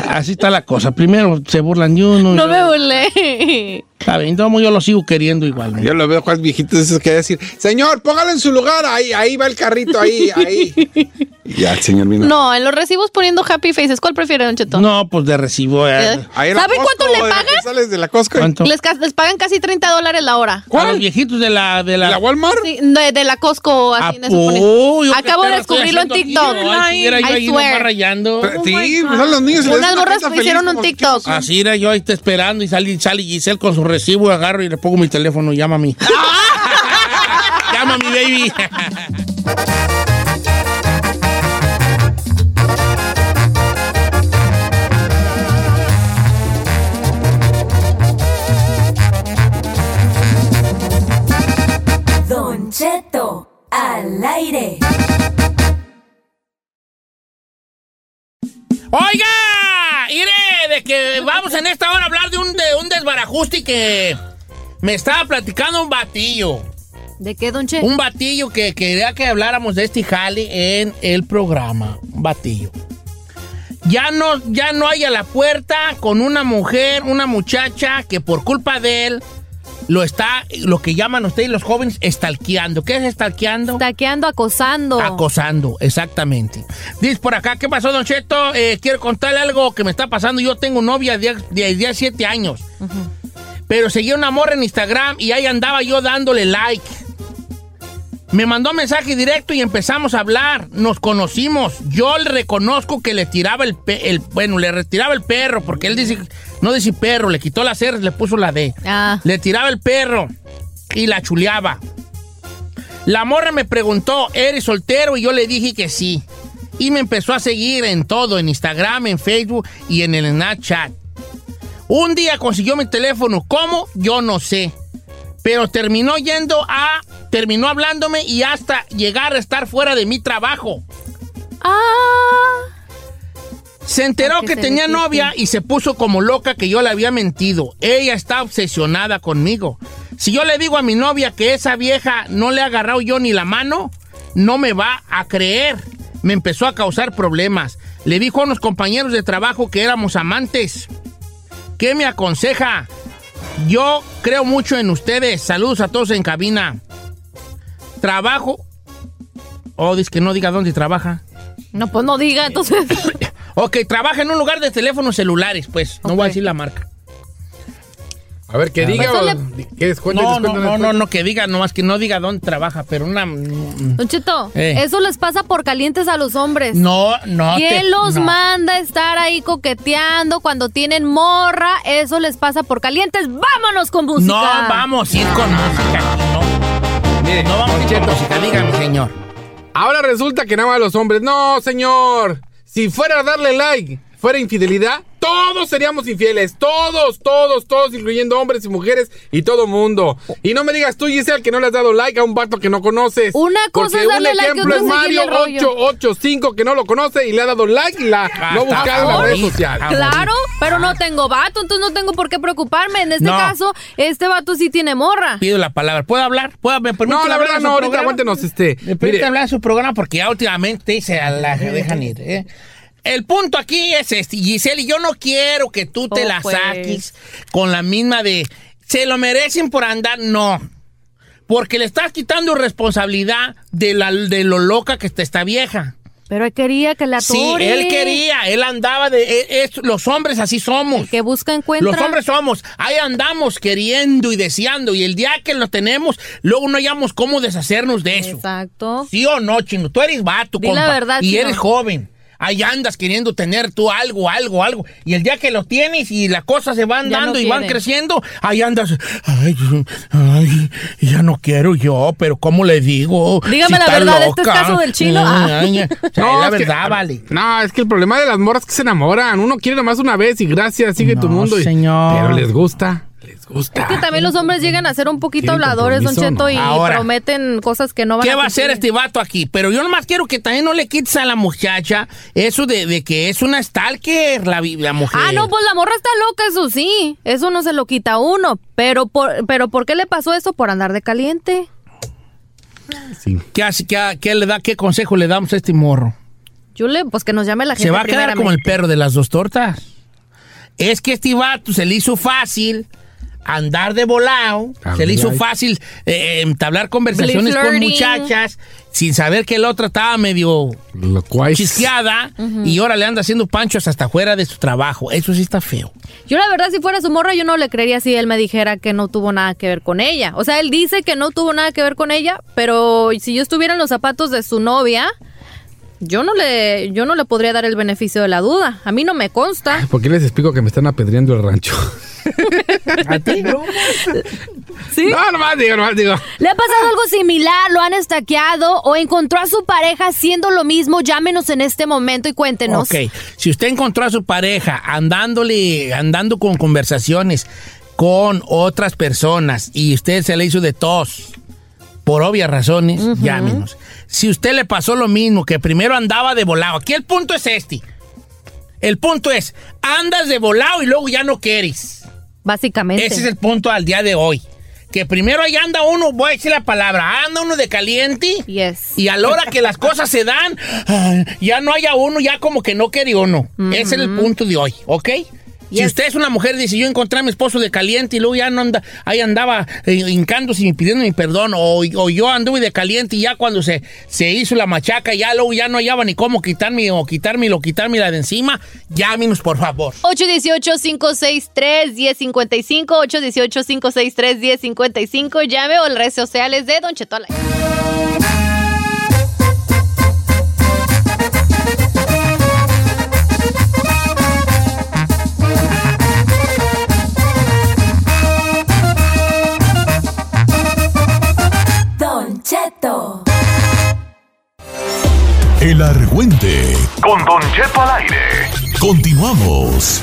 Speaker 1: Así está la cosa. Primero se burlan de uno.
Speaker 4: No
Speaker 1: y luego-
Speaker 4: me burlé.
Speaker 1: Está bien, entonces yo lo sigo queriendo igual.
Speaker 3: Yo lo veo cuál viejito es que decir, señor, póngalo en su lugar, ahí, ahí va el carrito, ahí, ahí. Y ya, el señor vino.
Speaker 4: No, en los recibos poniendo happy faces. ¿Cuál prefiere, Don Cheto?
Speaker 1: No, pues de recibo. eh.
Speaker 4: Eh,
Speaker 3: Ahí en la
Speaker 4: ¿Sabe
Speaker 3: Costco,
Speaker 4: cuánto le
Speaker 3: de la que
Speaker 4: pagan?
Speaker 3: Sales de la Costco.
Speaker 1: ¿Cuánto?
Speaker 4: Les, ca- les pagan casi 30 dólares la hora.
Speaker 1: A los viejitos de la... De la...
Speaker 3: ¿La Walmart?
Speaker 4: Sí, de, de la Costco.
Speaker 1: Ah,
Speaker 4: Así me supone.
Speaker 1: oh, yo que
Speaker 4: Acabo de
Speaker 1: estaba- estoy
Speaker 4: descubrirlo en
Speaker 1: haciendo
Speaker 4: TikTok.
Speaker 1: tiro. Ay, si era yo
Speaker 4: I
Speaker 1: ahí
Speaker 4: swear.
Speaker 1: nomás rayando.
Speaker 3: Sí, pues a los niños.
Speaker 4: Unas morras hicieron un TikTok.
Speaker 1: Así era yo ahí te esperando y sale, sale Giselle con su recibo, agarro y le pongo mi teléfono, llama a mí. llama a mi baby.
Speaker 5: Don Cheto. Al
Speaker 1: Oiga, iré de que vamos en esta hora a hablar de un, de un desbarajuste que me estaba platicando un batillo.
Speaker 4: ¿De qué, don Che?
Speaker 1: Un batillo que quería que habláramos de este jale en el programa. Un batillo. Ya no, ya no hay a la puerta con una mujer, una muchacha que por culpa de él lo está, lo que llaman ustedes los jóvenes, estalqueando. ¿Qué es estalqueando?
Speaker 2: Taqueando, acosando.
Speaker 1: Acosando, exactamente. Dice por acá, ¿qué pasó, Don Cheto? Eh, quiero contarle algo que me está pasando. Yo tengo novia de 17 años. Pero seguía una morra en Instagram y ahí andaba yo dándole like. Me mandó mensaje directo y empezamos a hablar. Nos conocimos. Yo le reconozco que le tiraba el, pe- el- bueno, le retiraba el perro porque él dice no dice perro, le quitó la C, le puso la D.
Speaker 4: Ah.
Speaker 1: Le tiraba el perro y la chuleaba. La morra me preguntó, ¿eres soltero? Y yo le dije que sí. Y me empezó a seguir en todo, en Instagram, en Facebook y en el Snapchat. Un día consiguió mi teléfono. ¿Cómo? Yo no sé. Pero terminó yendo a... Terminó hablándome y hasta llegar a estar fuera de mi trabajo. Se enteró
Speaker 9: Porque se
Speaker 1: que tenía
Speaker 9: metiste.
Speaker 1: novia y se puso como loca que yo le había mentido. Ella está obsesionada conmigo. Si yo le digo a mi novia que esa vieja no le ha agarrado yo ni la mano, no me va a creer. Me empezó a causar problemas. Le dijo a unos compañeros de trabajo que éramos amantes. ¿Qué me aconseja? Yo creo mucho en ustedes. Saludos a todos en cabina. Trabajo. Oh, dice que no diga dónde trabaja.
Speaker 4: No, pues no diga, entonces.
Speaker 1: Ok, trabaja en un lugar de teléfonos celulares, pues. No voy a decir la marca.
Speaker 3: A ver, que
Speaker 1: A
Speaker 3: diga.
Speaker 1: ver.
Speaker 3: o- Que descuente, descuente,
Speaker 1: no, no, no,
Speaker 3: descuente.
Speaker 1: no, no, que diga nomás, que no diga dónde trabaja, pero una... No,
Speaker 4: Don Cheto,
Speaker 1: Eh.
Speaker 4: eso les pasa por calientes a los hombres.
Speaker 1: no.
Speaker 4: ¿Quién
Speaker 1: te-
Speaker 4: los
Speaker 1: no.
Speaker 4: manda a estar ahí coqueteando cuando tienen morra? Eso les pasa por calientes. ¡Vámonos con música!
Speaker 1: No vamos a ir con música, no. no vamos a ir con música, dígame, señor.
Speaker 3: Ahora resulta que nada más los hombres. No, señor. Si fuera a darle like, fuera infidelidad, todos seríamos infieles. Todos, todos, todos, incluyendo hombres y mujeres y todo mundo. Y no me digas tú, Giselle, que no le has dado like a un vato que no conoces.
Speaker 4: Una cosa
Speaker 3: Porque
Speaker 4: es darle
Speaker 3: un
Speaker 4: like y
Speaker 3: ejemplo
Speaker 4: otra
Speaker 3: es
Speaker 4: es seguirle
Speaker 3: Mario
Speaker 4: el rollo.
Speaker 3: 885 que no lo conoce y le ha dado like y la, lo ha buscado en las redes sociales.
Speaker 4: Claro, pero no tengo vato, entonces no tengo por qué preocuparme. En este
Speaker 1: Ah. No.
Speaker 4: caso, este vato sí tiene morra.
Speaker 1: Pido la palabra. ¿Puedo hablar? ¿Puedo, ¿Me permite
Speaker 3: No, la
Speaker 1: hablar
Speaker 3: verdad
Speaker 1: en
Speaker 3: no,
Speaker 1: su
Speaker 3: ahorita
Speaker 1: programa?
Speaker 3: aguántenos este.
Speaker 1: Me permite hablar en su programa porque ya últimamente se a la dejan ir. ¿eh? El punto aquí es este, Giselle, y yo no quiero que tú te
Speaker 9: Oh,
Speaker 1: la
Speaker 9: pues.
Speaker 1: saques con la misma de se lo merecen por andar, no. Porque le estás quitando responsabilidad de, la, de lo loca que está esta vieja.
Speaker 4: Pero él quería que la
Speaker 1: Sí,
Speaker 4: atore.
Speaker 1: él quería, él andaba de... e- es- los hombres así somos.
Speaker 4: Que busca encuentra.
Speaker 1: Los hombres somos, ahí andamos queriendo y deseando, y el día que lo tenemos, luego no hayamos cómo deshacernos de eso.
Speaker 4: Exacto.
Speaker 1: ¿Sí o no, Chino? Tú eres vato,
Speaker 4: Di la
Speaker 1: compa,
Speaker 4: verdad,
Speaker 1: y
Speaker 4: Chino.
Speaker 1: eres joven. Ahí andas queriendo tener tú algo, algo, algo. Y el día que lo tienes y las cosas se van
Speaker 9: Ya no
Speaker 1: dando y van
Speaker 9: quiere.
Speaker 1: creciendo, ahí andas. Ay, ay, ya no quiero yo, pero ¿cómo le digo?
Speaker 9: Dígame la
Speaker 1: está
Speaker 9: verdad, este es caso del Chino.
Speaker 1: Ay,
Speaker 9: Ah.
Speaker 1: ay, ay. O sea,
Speaker 3: No,
Speaker 1: la
Speaker 3: es que-
Speaker 1: verdad, vale.
Speaker 3: No, es que el problema de las morras es que se enamoran. Uno quiere nomás una vez y gracias, sigue tu
Speaker 1: No,
Speaker 3: mundo. y-
Speaker 1: señor.
Speaker 3: Pero les gusta, les gusta.
Speaker 4: Es que también los hombres llegan a ser un poquito
Speaker 3: ¿Quieren
Speaker 4: habladores, Don Cheto,
Speaker 3: compromiso o no?
Speaker 4: y
Speaker 1: Ahora.
Speaker 4: prometen cosas que no van
Speaker 1: ¿Qué
Speaker 4: a
Speaker 1: va a hacer
Speaker 4: cumplir.
Speaker 1: este vato aquí? Pero yo nomás quiero que también no le quites a la muchacha eso de, de que es una stalker la, vi- la mujer.
Speaker 4: Ah, no, pues la morra está loca, eso sí. Eso no se lo quita a uno. Pero por, pero ¿por qué le pasó eso? Por andar de caliente.
Speaker 1: ¿Qué, hace- qué- qué le da, ¿Qué consejo le damos a este morro?
Speaker 4: Yo le, pues que nos llame la gente.
Speaker 1: Se va a quedar como el
Speaker 4: primeramente.
Speaker 1: perro de las dos tortas. Es que este vato se le hizo fácil andar de volado,
Speaker 9: Ah,
Speaker 1: se le hizo
Speaker 9: right.
Speaker 1: fácil eh, entablar conversaciones con
Speaker 9: Flirting.
Speaker 1: muchachas sin saber que la otra estaba medio chisqueada y ahora le anda haciendo panchos hasta fuera de su trabajo. Eso sí está feo.
Speaker 4: Yo la verdad, si fuera su morra, yo no le creería si él me dijera que no tuvo nada que ver con ella. O sea, él dice que no tuvo nada que ver con ella, pero si yo estuviera en los zapatos de su novia, yo no le, yo no le podría dar el beneficio de la duda. A mí no me consta.
Speaker 3: ¿Por qué les explico que me están apedreando el rancho?
Speaker 1: ¿A ti?
Speaker 4: ¿Sí?
Speaker 3: No, nomás digo, nomás digo.
Speaker 4: ¿Le ha pasado algo similar? ¿Lo han estaqueado o encontró a su pareja haciendo lo mismo? Llámenos en este momento y cuéntenos.
Speaker 1: Ok, si usted encontró a su pareja andándole, andando con conversaciones con otras personas y usted se le hizo de tos, por obvias razones, llámenos. Si usted le pasó lo mismo, que primero andaba de volado, aquí el punto es este. El punto es, andas de volado y luego ya no quieres.
Speaker 9: Básicamente.
Speaker 1: Ese es el punto al día de hoy. Que primero ahí anda uno, voy a decir la palabra, anda uno de caliente. Y a la hora que las cosas se dan, ah, ya no haya uno, ya como que no quiere uno. Ese es el punto de hoy, ¿ok? Si usted es una mujer y dice, yo encontré a mi esposo de caliente y luego ya no anda, ahí andaba eh, hincándose y pidiendo mi perdón, o, o yo anduve de caliente y ya cuando se, se hizo la machaca, ya luego ya no hallaba ni cómo quitarme o quitarme o quitarme la de encima, llámenos por favor.
Speaker 4: 818-563-1055, 818-563-1055, llame o las redes sociales de Don Cheto al aire.
Speaker 5: Don Cheto.
Speaker 10: El Argüente. Con Don Cheto al aire. Continuamos.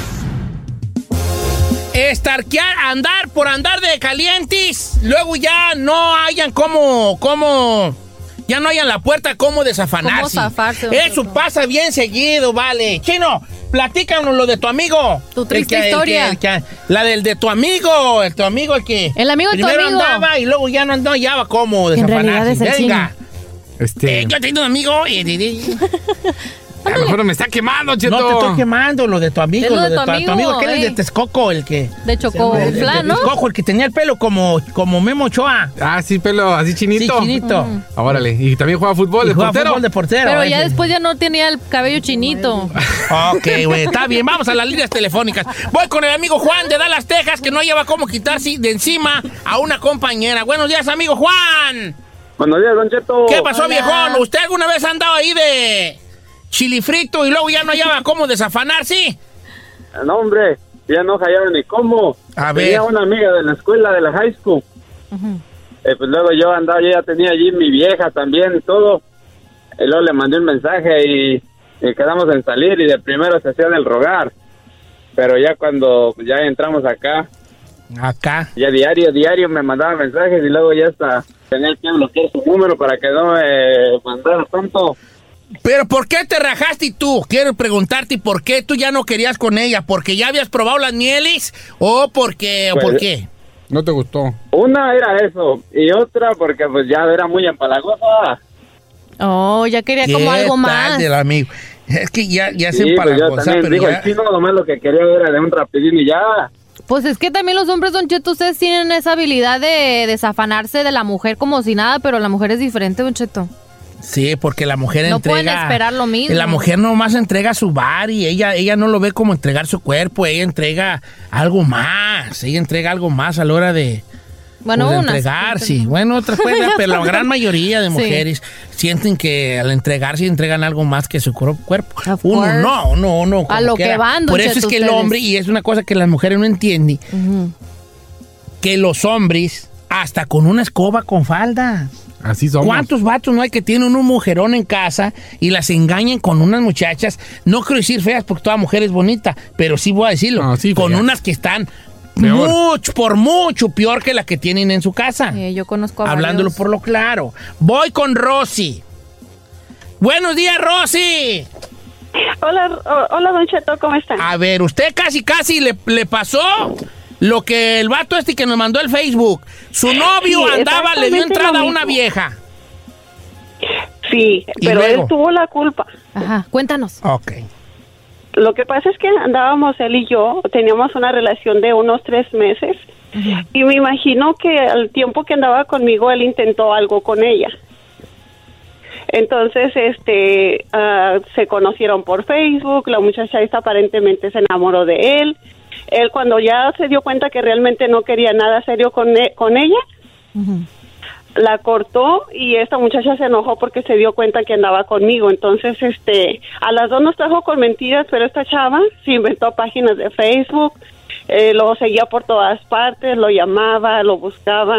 Speaker 1: Estarquear, andar por andar de calientes, luego ya no hayan como, como, ya no hayan la puerta como desafanarse.
Speaker 2: Cómo zafarse, don
Speaker 1: Eso pasa bien seguido, vale. Chino, platícanos lo de tu amigo.
Speaker 2: Tu triste
Speaker 1: El que- el
Speaker 2: historia.
Speaker 1: que- el que- la del de tu amigo, el tu amigo el que.
Speaker 4: El amigo de tu
Speaker 1: primero
Speaker 4: amigo.
Speaker 1: andaba y luego ya no andaba, ya va como desafanarse. Venga.
Speaker 3: Este.
Speaker 1: Eh, yo tengo un amigo. eh, de- de-
Speaker 3: A lo mejor me está quemando, Cheto.
Speaker 1: No te estoy quemando, lo de tu amigo.
Speaker 3: Es
Speaker 1: Lo de tu, tu amigo, aquel el de Texcoco, el que.
Speaker 2: De Chocó
Speaker 1: El Eh, de
Speaker 2: Flan, ¿no?
Speaker 1: Texcoco, el que tenía el pelo como, como Memo Ochoa.
Speaker 3: Ah, sí, pelo, así chinito.
Speaker 1: Sí, chinito. Ujú.
Speaker 3: Ah, Órale. Y también juega fútbol, de
Speaker 1: juega
Speaker 3: portero.
Speaker 1: fútbol de portero.
Speaker 2: Mm. Pero ya después ya no tenía el cabello chinito.
Speaker 1: Ok, güey, está bien. Vamos a las líneas telefónicas. Voy con el amigo Juan de Dallas, Texas, que no lleva cómo quitarse de encima a una compañera. Buenos días, amigo Juan.
Speaker 8: Buenos días, Don Cheto.
Speaker 1: ¿Qué pasó, viejón? ¿Usted alguna vez ha andado ahí de chilifrito y luego ya no hallaba cómo desafanarse?
Speaker 8: Eh, No, hombre, ya no hallaba ni cómo.
Speaker 1: A
Speaker 8: Tenía una amiga de la escuela, de la high school. Eh, pues luego yo andaba, yo ya tenía allí mi vieja también y todo. Y luego le mandé un mensaje y, y quedamos en salir y de primero se hacían el rogar. Pero ya cuando ya entramos acá,
Speaker 1: Acá.
Speaker 8: ya diario, diario me mandaba mensajes y luego ya hasta tenía que bloquear su número para que no me mandara tanto.
Speaker 1: Pero ¿por qué te rajaste tú? Quiero preguntarte por qué tú ya no querías con ella, porque ya habías probado las mieles o porque o por
Speaker 8: Pues-
Speaker 1: qué?
Speaker 3: No te gustó.
Speaker 8: Una era eso y otra porque pues ya era muy empalagosa.
Speaker 4: Oh, ya quería
Speaker 1: ¿Qué
Speaker 4: como algo
Speaker 1: tal
Speaker 4: más.
Speaker 1: del amigo? Es que ya ya se
Speaker 8: Sí, pues yo
Speaker 1: empalagosa,
Speaker 8: también
Speaker 1: pero
Speaker 8: digo,
Speaker 1: ya-
Speaker 8: el chino nomás lo que quería era de un rapidín y ya.
Speaker 9: Pues es que también los hombres, Don Cheto, ustedes tienen esa habilidad de desafanarse de la mujer como si nada, pero la mujer es diferente, Don Cheto.
Speaker 1: Sí, porque la mujer
Speaker 9: No
Speaker 1: entrega.
Speaker 9: pueden esperar lo mismo.
Speaker 1: La mujer nomás entrega su bar y ella, ella no lo ve como entregar su cuerpo, ella entrega algo más, ella entrega algo más a la hora de,
Speaker 9: Bueno,
Speaker 1: pues, de
Speaker 9: unas.
Speaker 1: entregar, sí. Bueno, otras pueden, pero la gran mayoría de
Speaker 9: Sí.
Speaker 1: mujeres sienten que al entregarse entregan algo más que su cor- cuerpo. Uno
Speaker 9: course.
Speaker 1: no, uno, uno. como
Speaker 9: lo que
Speaker 1: quiera.
Speaker 9: van, don
Speaker 1: Por eso
Speaker 9: Cheto,
Speaker 1: es que el
Speaker 9: ustedes.
Speaker 1: hombre, y es una cosa que las mujeres no entienden, que los hombres, hasta con una escoba con falda.
Speaker 3: Así somos.
Speaker 1: ¿Cuántos vatos no hay que tienen un mujerón en casa y las engañan con unas muchachas? No quiero decir feas porque toda mujer es bonita, pero sí voy a decirlo. con unas que están
Speaker 3: Peor.
Speaker 1: mucho, por mucho peor que las que tienen en su casa.
Speaker 9: yo conozco a
Speaker 1: Hablándolo
Speaker 9: varios.
Speaker 1: por lo claro. Voy con Rosy. Buenos días, Rosy.
Speaker 6: Hola, o- hola Don Cheto, ¿cómo están?
Speaker 1: A ver, usted casi, casi le, le pasó lo que el vato este que nos mandó el Facebook. Su novio
Speaker 6: Sí,
Speaker 1: andaba, le dio
Speaker 6: exactamente
Speaker 1: entrada
Speaker 6: lo
Speaker 1: a una
Speaker 6: mismo.
Speaker 1: vieja.
Speaker 6: Sí,
Speaker 1: ¿Y
Speaker 6: pero
Speaker 1: luego?
Speaker 6: él tuvo la culpa.
Speaker 9: Ajá, cuéntanos.
Speaker 1: Ok.
Speaker 6: Lo que pasa es que andábamos él y yo, teníamos una relación de unos tres meses y me imagino que al tiempo que andaba conmigo él intentó algo con ella. Entonces, este, ah, se conocieron por Facebook, la muchacha esta aparentemente se enamoró de él. Él cuando ya se dio cuenta que realmente no quería nada serio con, e- con ella, la cortó y esta muchacha se enojó porque se dio cuenta que andaba conmigo. Entonces, este, a las dos nos trajo con mentiras, pero esta chava se inventó páginas de Facebook, eh, lo seguía por todas partes, lo llamaba, lo buscaba.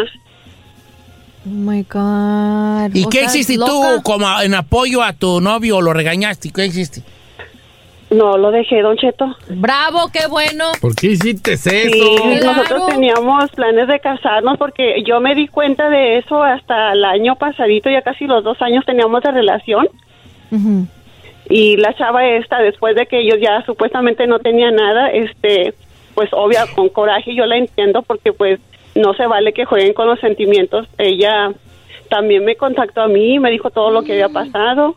Speaker 9: Oh my God.
Speaker 1: ¿Y
Speaker 9: O
Speaker 1: qué
Speaker 9: sea,
Speaker 1: hiciste
Speaker 9: loca.
Speaker 1: tú como a- en apoyo a tu novio? ¿Lo regañaste? ¿Qué hiciste?
Speaker 6: No, lo dejé, don Cheto.
Speaker 9: Bravo, qué bueno.
Speaker 3: ¿Por qué hiciste eso?
Speaker 6: Sí, nosotros teníamos planes de casarnos porque yo me di cuenta de eso hasta el año pasadito, ya casi los dos años teníamos de relación. y la chava esta después de que ellos ya supuestamente no tenía nada este pues obvia con coraje yo la entiendo porque pues no se vale que jueguen con los sentimientos ella también me contactó a mí me dijo todo lo que había pasado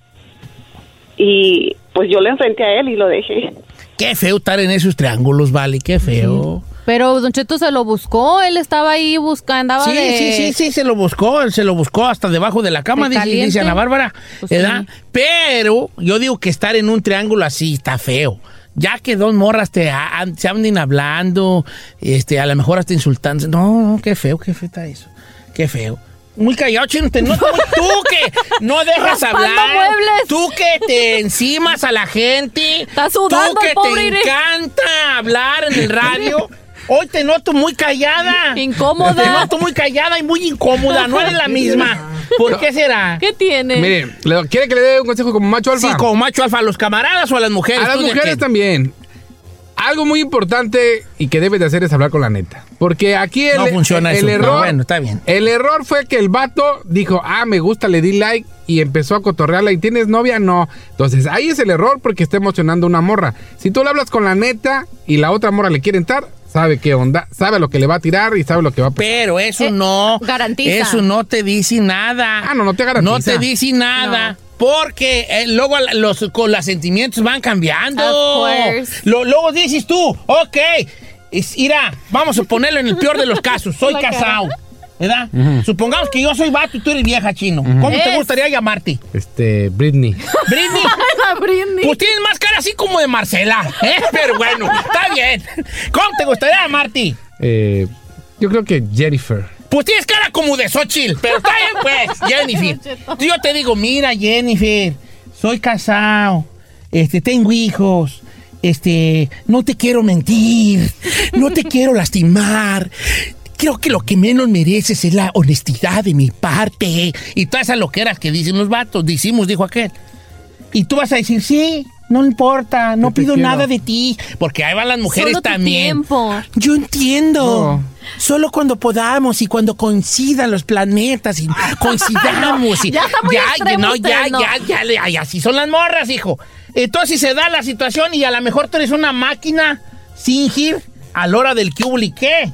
Speaker 6: y pues yo le enfrenté a él y lo dejé
Speaker 1: Qué feo estar en esos triángulos, vale, qué feo.
Speaker 9: Pero Don Cheto se lo buscó, él estaba ahí buscando, andaba
Speaker 1: Sí,
Speaker 9: de...
Speaker 1: sí, sí, sí, se lo buscó, él se lo buscó hasta debajo de la cama,
Speaker 9: De
Speaker 1: dice,
Speaker 9: caliente.
Speaker 1: dice Ana Bárbara,
Speaker 9: Pues
Speaker 1: ¿verdad? Pero yo digo que estar en un triángulo así está feo. Ya que dos morras te a- an- se anden hablando, este, a lo mejor hasta insultando. No, no, qué feo, qué feo está eso. Qué feo. Muy callado, chino. te- no, como tú que no dejas
Speaker 9: Raspando
Speaker 1: hablar.
Speaker 9: muebles.
Speaker 1: Tú que te encimas a la gente.
Speaker 9: sudando
Speaker 1: Tú que
Speaker 9: el pobre
Speaker 1: te
Speaker 9: Iri.
Speaker 1: encanta hablar en el radio. Hoy te noto muy callada.
Speaker 9: Incómoda.
Speaker 1: Te noto muy callada y muy incómoda. No eres la misma. ¿Por qué será?
Speaker 9: ¿Qué tiene?
Speaker 3: Mire, ¿le- ¿quiere que le dé un consejo como macho alfa?
Speaker 1: Sí, como macho alfa, a los camaradas o a las mujeres.
Speaker 3: A las
Speaker 1: ¿Tú de
Speaker 3: mujeres
Speaker 1: qué?
Speaker 3: también. Algo muy importante y que debes de hacer es hablar con la neta. Porque aquí el,
Speaker 1: No funciona
Speaker 3: el
Speaker 1: eso, pero
Speaker 3: error.
Speaker 1: bueno, está bien.
Speaker 3: El error fue que el vato dijo, ah, me gusta, le di like y empezó a cotorrearla. ¿Y tienes novia? No. Entonces, ahí es el error porque está emocionando una morra. Si tú le hablas con la neta y la otra morra le quiere entrar, sabe qué onda, sabe lo que le va a tirar y sabe lo que va a pasar.
Speaker 1: Pero eso no.
Speaker 9: Eh, garantiza.
Speaker 1: Eso no te dice nada.
Speaker 3: Ah, no, no te garantiza.
Speaker 1: No te dice nada. Porque eh, luego la- los, con los sentimientos van cambiando.
Speaker 9: Of course.
Speaker 1: Lo- luego dices tú, ok, es- mira, vamos a ponerlo en el peor de los casos. Soy
Speaker 9: La cara.
Speaker 1: casado. ¿Verdad?
Speaker 3: Ujú.
Speaker 1: Supongamos que yo soy vato y tú eres vieja chino. ¿Cómo te
Speaker 9: Es.
Speaker 1: gustaría llamarte?
Speaker 3: Este, Britney.
Speaker 1: Britney.
Speaker 9: La Britney.
Speaker 1: Pues tienes más cara así como de Marcela. ¿eh? Pero bueno, está bien. ¿Cómo te gustaría llamarte?
Speaker 3: eh, yo creo que Jennifer.
Speaker 1: Pues tienes cara como de Xochitl, pero está bien, pues, Jennifer. Yo te digo, mira, Jennifer, soy casado, este, tengo hijos, este, no te quiero mentir, no te quiero lastimar. Creo que lo que menos mereces es la honestidad de mi parte. Y todas esas loqueras que dicen los vatos, decimos, dijo aquel. Y tú vas a decir, sí, no importa, no
Speaker 3: Yo te
Speaker 1: pido
Speaker 3: quiero.
Speaker 1: nada de ti. Porque ahí van las mujeres
Speaker 9: Solo tu
Speaker 1: también.
Speaker 9: tiempo.
Speaker 1: Yo entiendo.
Speaker 3: No.
Speaker 1: Solo cuando podamos y cuando coincidan los planetas y coincidamos. y,
Speaker 9: Ya está muy extremo
Speaker 1: no,
Speaker 9: usted,
Speaker 1: ya,
Speaker 9: no.
Speaker 1: ya, ya, ya, ya, así son las morras, hijo. Entonces se da la situación y a lo mejor tú eres una máquina sin gir a la hora del cubli qué.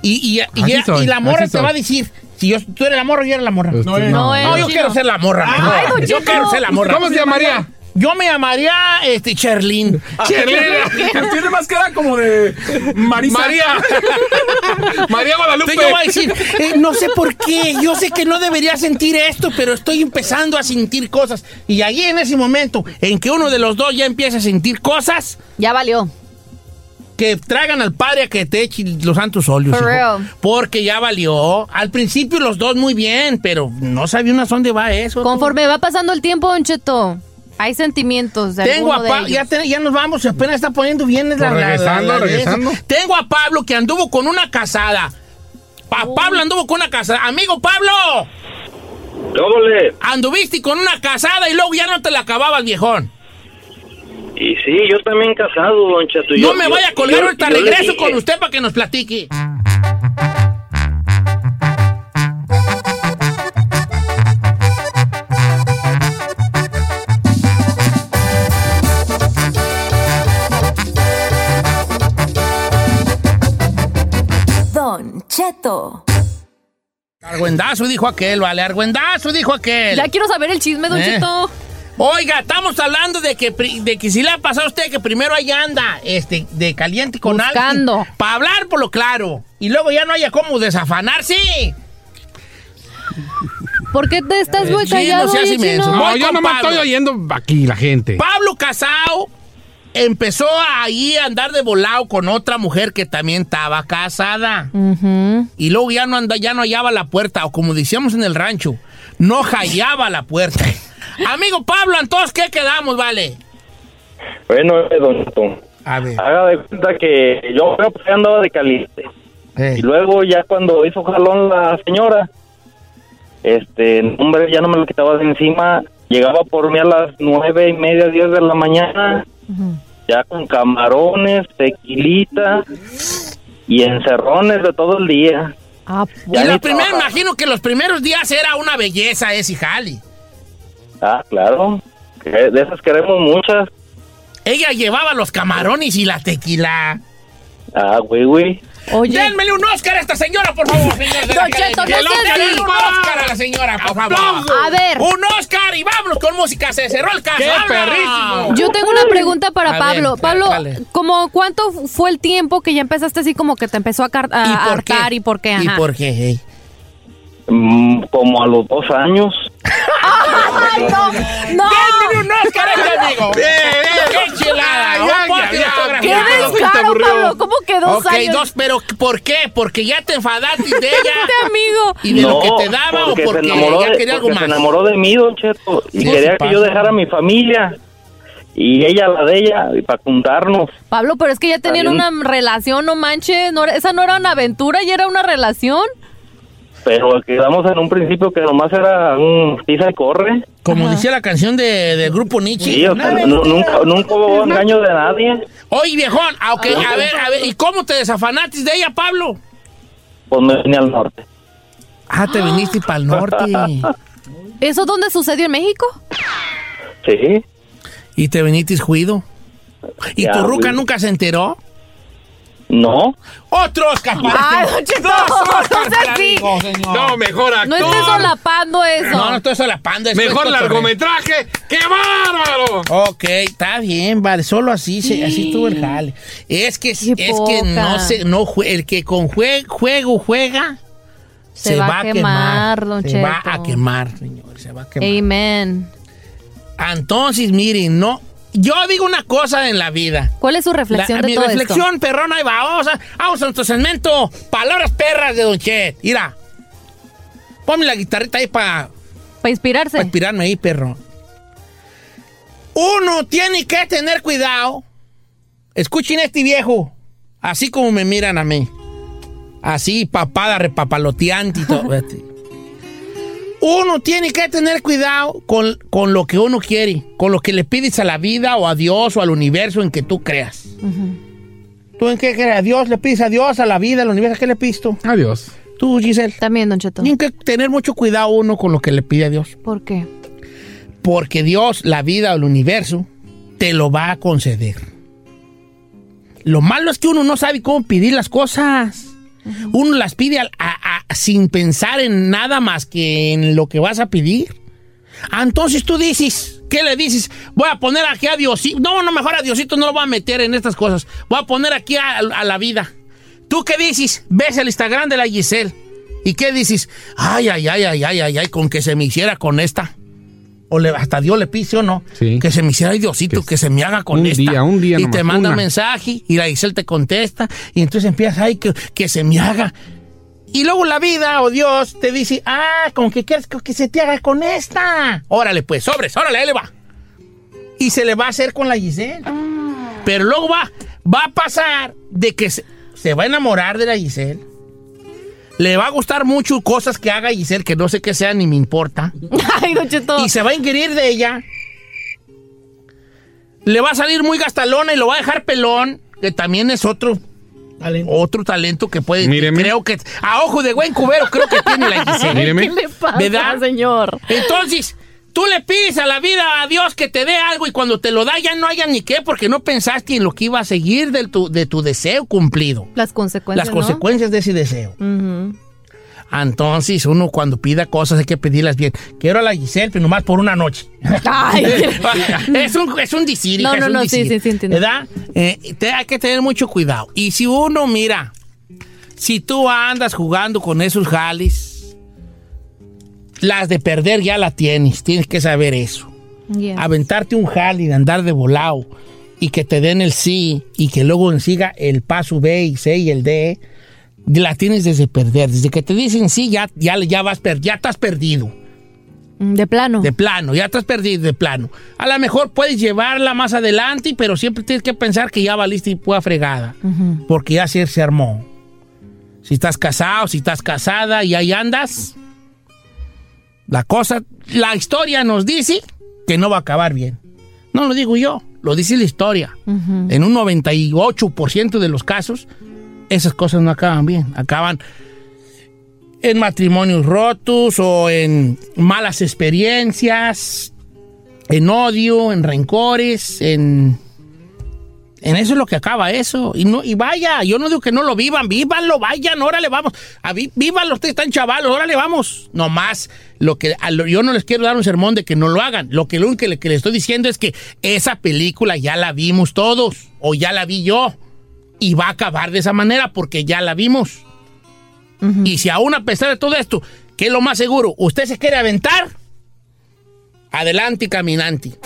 Speaker 1: Y, y, y-
Speaker 3: Así
Speaker 1: y-
Speaker 3: soy,
Speaker 1: y la morra
Speaker 3: así
Speaker 1: te
Speaker 3: soy.
Speaker 1: va a decir, si yo, tú eres la morra, yo era la morra.
Speaker 3: Este,
Speaker 1: No,
Speaker 9: no es.
Speaker 1: yo
Speaker 9: Chino.
Speaker 1: quiero ser la morra. mejor. yo quiero ser la morra.
Speaker 3: ¿Cómo se llamaría?
Speaker 1: Yo me llamaría este, Cherlin.
Speaker 7: Tiene más cara como de Marisa.
Speaker 3: María. María Guadalupe.
Speaker 1: Entonces yo voy a decir, eh, no sé por qué, yo sé que no debería sentir esto, pero estoy empezando a sentir cosas. Y ahí en ese momento en que uno de los dos ya empieza a sentir cosas
Speaker 9: Ya valió.
Speaker 1: que tragan al padre a que te eche los santos óleos.
Speaker 9: For
Speaker 1: hijo.
Speaker 9: real.
Speaker 1: Porque ya valió. Al principio los dos muy bien, pero no sabía unas dónde va eso.
Speaker 9: Conforme va pasando el tiempo, Don Cheto, hay sentimientos de
Speaker 1: Tengo
Speaker 9: alguno
Speaker 1: a
Speaker 9: de
Speaker 1: Pablo, ya,
Speaker 9: ellos.
Speaker 1: te- ya nos vamos, apenas está poniendo bien la- la, la-
Speaker 3: Regresando,
Speaker 1: la- la-
Speaker 3: regresando.
Speaker 1: esa. Tengo a Pablo que anduvo con una casada. Pa- Pablo anduvo con una casada. Amigo Pablo.
Speaker 8: Luego le...
Speaker 1: Anduviste con una casada y luego ya no te la acababas, viejón.
Speaker 8: Y sí, yo también casado, don Chato.
Speaker 1: no me vaya a colgar ahorita, regreso con usted para que nos platique.
Speaker 5: Don Cheto.
Speaker 1: Argüendazo dijo aquel, vale, argüendazo dijo aquel.
Speaker 9: Ya quiero saber el chisme, Don
Speaker 1: Eh.
Speaker 9: Cheto.
Speaker 1: Oiga, estamos hablando de que, pri- de que si le ha pasado a usted que primero ahí anda, este, de caliente con
Speaker 9: Buscando.
Speaker 1: alguien. Para hablar por lo claro. Y luego ya no haya cómo desafanarse.
Speaker 9: ¿Por qué te estás muy
Speaker 1: Sí, no
Speaker 9: callado,
Speaker 1: seas
Speaker 9: oye,
Speaker 1: inmenso.
Speaker 9: chino?
Speaker 3: No,
Speaker 1: Voy
Speaker 3: yo
Speaker 1: con
Speaker 3: no me
Speaker 1: Pablo.
Speaker 3: estoy oyendo aquí la gente.
Speaker 1: Pablo Casao empezó ahí a andar de volado con otra mujer que también estaba casada.
Speaker 9: Ujú.
Speaker 1: Y luego ya no, anda, ya no hallaba la puerta, o como decíamos en el rancho, no hallaba la puerta. Amigo Pablo, entonces, ¿qué quedamos, vale?
Speaker 8: Bueno, eh, don Chato,
Speaker 1: A ver.
Speaker 8: haga de cuenta que yo bueno, pues, andaba de caliente. Y luego ya cuando hizo jalón la señora, este, hombre, ya no me lo quitaba de encima. Llegaba por mí a las nueve y media, diez de la mañana, ya con camarones, tequilita y encerrones de todo el día.
Speaker 9: Ah,
Speaker 1: Y
Speaker 8: Ya
Speaker 1: la
Speaker 8: ni
Speaker 1: primera,
Speaker 8: trabajaba.
Speaker 1: imagino que los primeros días era una belleza ese jali.
Speaker 8: Ah, claro.
Speaker 11: que de esas queremos muchas.
Speaker 1: Ella llevaba los camarones y la tequila.
Speaker 11: Ah, güey, güey.
Speaker 1: Oye. Denmele un Oscar a esta señora, por favor, señor. de la
Speaker 9: Don Cheto,
Speaker 1: Academia.
Speaker 9: no
Speaker 1: Que
Speaker 9: se
Speaker 1: le den
Speaker 9: ría.
Speaker 1: un Oscar a la señora, por favor.
Speaker 9: A ver.
Speaker 1: Un Oscar y vámonos con música. Se cerró el caso.
Speaker 9: ¡Qué
Speaker 1: ¡Vámonos!
Speaker 9: perrísimo! Yo tengo una pregunta para
Speaker 1: A
Speaker 9: Pablo.
Speaker 1: ver,
Speaker 9: Pablo,
Speaker 1: dale.
Speaker 9: ¿como cuánto fue el tiempo que ya empezaste así como que te empezó a, car- a
Speaker 1: ¿Y por qué?
Speaker 9: hartar y por qué?
Speaker 1: ¿Y
Speaker 9: Ajá.
Speaker 1: por qué? hey?
Speaker 11: Mm, como a los dos años.
Speaker 9: ¡Ay, no! ¡No!
Speaker 1: ¡Denme un Oscar a este amigo!
Speaker 11: Bien, bien.
Speaker 1: ¡Qué chilada!
Speaker 11: Ya,
Speaker 1: Un
Speaker 11: ya,
Speaker 1: poste
Speaker 11: ya,
Speaker 1: autografiado.
Speaker 9: qué descaro, Pablo, ¿cómo que dos
Speaker 1: Ok,
Speaker 9: años?
Speaker 1: dos, pero ¿por qué? ¿Porque ya te enfadaste de ella?
Speaker 9: Este amigo.
Speaker 1: ¿Y de lo
Speaker 11: No,
Speaker 1: que te daba o
Speaker 11: porque
Speaker 1: porque
Speaker 11: se enamoró,
Speaker 1: ella
Speaker 11: de-
Speaker 1: quería algo
Speaker 11: porque
Speaker 1: más?
Speaker 11: se enamoró de mí, don Cheto, y
Speaker 1: Sí,
Speaker 11: quería
Speaker 1: sí
Speaker 11: que yo
Speaker 1: pasa.
Speaker 11: dejara a mi familia y ella la de ella y para juntarnos.
Speaker 9: Pablo, pero es que ya tenían
Speaker 11: bien.
Speaker 9: una relación, no manches. no era- esa no era una aventura, ya era una relación.
Speaker 11: Pero quedamos en un principio que nomás era un pisa y corre.
Speaker 1: Como dice la canción de, del grupo Nietzsche.
Speaker 11: Sí, o sea,
Speaker 1: Una
Speaker 11: nu-
Speaker 1: aventura.
Speaker 11: nunca, nunca hubo engaño de nadie.
Speaker 1: Oye, viejón, ah, ok, a ver, a ver, ¿y cómo te desafanaste de ella, Pablo?
Speaker 11: Pues me vine al norte.
Speaker 1: Ah, te viniste para el norte.
Speaker 9: ¿Eso dónde sucedió en México?
Speaker 11: Sí.
Speaker 1: Y te viniste juido. ¿Y
Speaker 11: Ya,
Speaker 1: tu ruca
Speaker 11: güey.
Speaker 1: nunca se enteró?
Speaker 11: No.
Speaker 1: ¡Otro Oscar para
Speaker 9: Ay,
Speaker 1: este-
Speaker 9: don Cheto,
Speaker 1: ¡Dos
Speaker 9: no
Speaker 1: Oscars
Speaker 9: seas
Speaker 1: para
Speaker 9: así.
Speaker 1: el amigo, señor!
Speaker 3: No, mejor actor.
Speaker 9: No estés solapando eso.
Speaker 1: No, no estoy solapando. esto
Speaker 3: Mejor
Speaker 1: es cotorreo.
Speaker 3: largometraje. ¡Qué bárbaro!
Speaker 1: Ok, está bien, vale. Solo así, se, así estuvo el jale. Es que, es
Speaker 9: Qué
Speaker 1: que no
Speaker 9: poca.
Speaker 1: se, no jue- el que con jue- juego juega, se, va, a quemar.
Speaker 9: don
Speaker 1: se
Speaker 9: Cheto. E
Speaker 1: va a quemar, señor. Se va a quemar.
Speaker 9: Amen.
Speaker 1: Entonces, miren, no. Yo digo una cosa en la vida.
Speaker 9: ¿Cuál es su
Speaker 1: La-
Speaker 9: reflexión de
Speaker 1: mi
Speaker 9: todo
Speaker 1: reflexión, perrona, ahí va. Vamos a, vamos a nuestro segmento. Palabras perras de Don Chet. Mira. Ponme la guitarrita ahí para
Speaker 9: esto? Para inspirarse.
Speaker 1: para inspirarme ahí, perro. Uno tiene que tener cuidado. Escuchen a este viejo. Así como me miran a mí. Así, papada, repapaloteante y todo. Vete. Uno tiene que tener cuidado con, con lo que uno quiere, con lo que le pides a la vida o a Dios o al universo en que tú creas. ¿Tú en qué crees? ¿A Dios? ¿Le pides a Dios, a la vida, al universo? ¿A qué le pides tú?
Speaker 3: Adiós.
Speaker 1: Tú, Giselle.
Speaker 9: También, don Cheto.
Speaker 1: Tiene que tener mucho cuidado uno con lo que le pide a Dios.
Speaker 9: ¿Por qué?
Speaker 1: Porque Dios, la vida o el universo, te lo va a conceder. Lo malo es que uno no sabe cómo pedir las cosas. Uno las pide al- a- a- sin pensar en nada más que en lo que vas a pedir. Ah, Entonces tú dices, ¿qué le dices? Voy a poner aquí a Diosito. No, no, mejor a Diosito no lo voy a meter en estas cosas. Voy a poner aquí a, a la vida. ¿Tú qué dices? Ves el Instagram de la Giselle. ¿Y qué dices? Ay, ay, ay, ay, ay, ay, ay, con que se me hiciera con esta. O le- hasta Dios le pise o no.
Speaker 3: Sí.
Speaker 1: Que se me hiciera ay, Diosito, que, se me haga con
Speaker 3: un
Speaker 1: esta.
Speaker 3: día, un día
Speaker 1: Y
Speaker 3: nomás,
Speaker 1: te manda
Speaker 3: una.
Speaker 1: mensaje y la Giselle te contesta. Y entonces empiezas, ay, que, que se me haga. Y luego la vida o Dios te dice, ah, con que quieres que que se te haga con esta. Órale, pues, sobres, órale, ahí le va. Y se le va a hacer con la Giselle. Pero luego va, va a pasar de que se, se va a enamorar de la Giselle. Le va a gustar mucho cosas que haga Giselle, que no sé qué sea ni me importa.
Speaker 9: Ay, don Cheto.
Speaker 1: Y se va a inquirir de ella. Le va a salir muy gastalona y lo va a dejar pelón, que también es otro
Speaker 7: Talento.
Speaker 1: otro talento que puede.
Speaker 3: Míreme.
Speaker 1: Creo que. A ojo de buen cubero, creo que tiene la Giselle.
Speaker 3: Míreme.
Speaker 9: ¿Qué le pasa,
Speaker 1: ¿Verdad?
Speaker 9: señor?
Speaker 1: Entonces, tú le pides a la vida, a Dios, que te dé algo y cuando te lo da ya no haya ni qué porque no pensaste en lo que iba a seguir de tu, de tu deseo cumplido.
Speaker 9: Las consecuencias,
Speaker 1: Las
Speaker 9: ¿no?
Speaker 1: consecuencias de ese deseo.
Speaker 9: Ujú.
Speaker 1: Entonces, uno cuando pida cosas hay que pedirlas bien. Quiero a la Giselle, pero nomás por una noche.
Speaker 9: Ay, qué-
Speaker 1: es un, es un decir,
Speaker 9: No,
Speaker 1: hija,
Speaker 9: no,
Speaker 1: es un
Speaker 9: no, sí,
Speaker 1: decir,
Speaker 9: sí, sí, entiendo.
Speaker 1: ¿Verdad? Eh, te- hay que tener mucho cuidado. Y si uno, mira, si tú andas jugando con esos jales, las de perder ya la tienes, tienes que saber eso.
Speaker 9: Yeah.
Speaker 1: Aventarte un jale y andar de volado y que te den el sí y que luego siga el paso B y C y el D, la tienes desde perder. Desde que te dicen sí, ya, ya, ya, vas per- ya estás perdido.
Speaker 9: Mm, De plano.
Speaker 1: De plano, ya estás perdido de plano. A lo mejor puedes llevarla más adelante, pero siempre tienes que pensar que ya valiste y pura fregada. Porque ya se, se armó. Si estás casado, si estás casada y ahí andas, la cosa, la historia nos dice que no va a acabar bien. No lo digo yo, lo dice la historia. En un 98% de los casos, esas cosas no acaban bien. Acaban en matrimonios rotos o en malas experiencias en odio, en rencores, en... En eso es lo que acaba eso. Y no y vaya, yo no digo que no lo vivan, vívanlo, vayan, órale, vamos. A vi- vívanlo, ustedes están chavalos, órale, vamos. No más, lo que, a lo- yo no les quiero dar un sermón de que no lo hagan. Lo que lo único que le, que le estoy diciendo es que esa película ya la vimos todos, o ya la vi yo. Y va a acabar de esa manera porque ya la vimos. Y si aún a pesar de todo esto, que es lo más seguro, usted se quiere aventar, adelante caminante.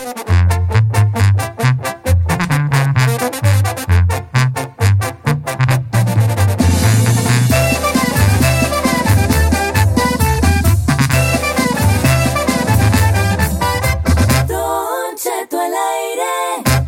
Speaker 5: Don Cheto al aire.